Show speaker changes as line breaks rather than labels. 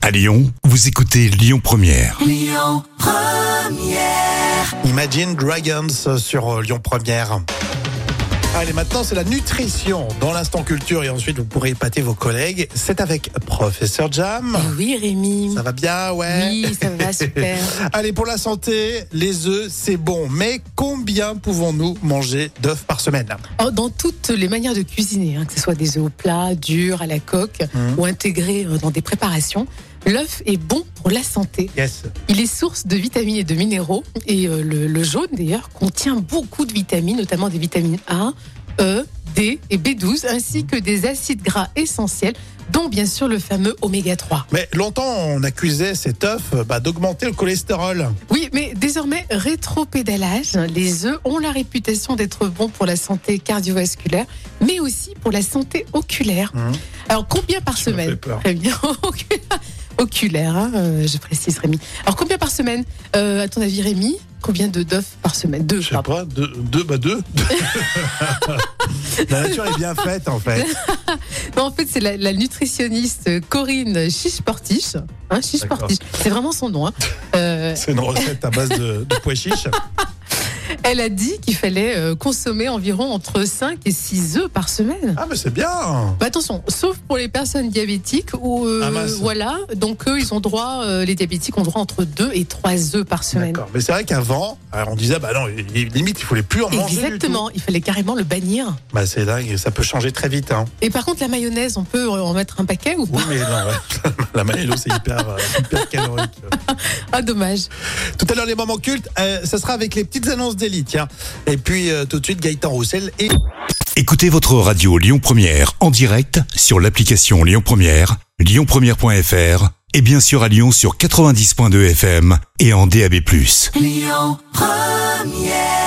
À Lyon, vous écoutez Lyon Première.
Imagine Dragons sur euh, Lyon Première. Allez, maintenant c'est la nutrition dans l'instant culture et ensuite vous pourrez épater vos collègues. C'est avec Professeur Jam.
Eh Oui, Rémi.
Ça va bien, ouais.
Oui, ça va super.
Allez, pour la santé, les œufs, c'est bon. Mais combien pouvons-nous manger d'œufs par semaine
Oh, dans toutes les manières de cuisiner, hein, que ce soit des œufs au plat, durs, à la coque
Mhm.
ou intégrés euh, dans des préparations, l'œuf est bon pour la santé.
Yes.
Il est source de vitamines et de minéraux et euh, le, le jaune d'ailleurs contient beaucoup de vitamines, notamment des vitamines A, E, D et B12 ainsi que des acides gras essentiels dont bien sûr le fameux oméga 3.
Mais longtemps, on accusait cet œuf bah, d'augmenter le cholestérol.
Oui, mais désormais, rétropédalage, les œufs ont la réputation d'être bons pour la santé cardiovasculaire, mais aussi pour la santé oculaire.
Mhm.
Alors, combien par
me fais
semaine
peur.
Très bien. Oculaire, oculaire, hein, euh, je précise, Rémi. Alors, combien par semaine Euh, À ton avis, Rémi, combien de d'œufs par semaine Deux,
Je sais
pardon.
pas, deux, deux bah deux. la nature est bien faite en fait.
Non, en fait, c'est la, la nutritionniste Corinne Chiche-Portiche. Hein, Chiche-Portiche, c'est vraiment son nom. hein. Euh,
C'est une recette à base de, de pois chiches.
elle a dit qu'il fallait euh, consommer environ entre 5 et 6 œufs par semaine.
Ah mais c'est bien.
Bah, attention, sauf pour les personnes diabétiques où euh,
Ah, mince.
voilà, donc eux ils ont droit, euh, les diabétiques ont droit entre 2 et 3 œufs par semaine.
D'accord. Mais c'est vrai qu'avant, alors, on disait, bah non, limite, il fallait plus en manger. du
Exactement, il fallait carrément le bannir.
tout. Bah c'est dingue, ça peut changer très vite. Hein.
Et par contre la mayonnaise, on peut en mettre un paquet ou pas
Oui, mais non, ouais. la maïlo, c'est hyper, euh, hyper calorique.
Ah dommage.
Tout à l'heure, les moments cultes, euh, ça sera avec les petites annonces d'élite. Tiens. Et puis, euh, tout de suite, Gaëtan Roussel et
Écoutez votre radio Lyon Première en direct sur l'application Lyon Première, lyonpremière.fr et bien sûr à Lyon sur 90.2 FM et en DAB+.
Lyon Première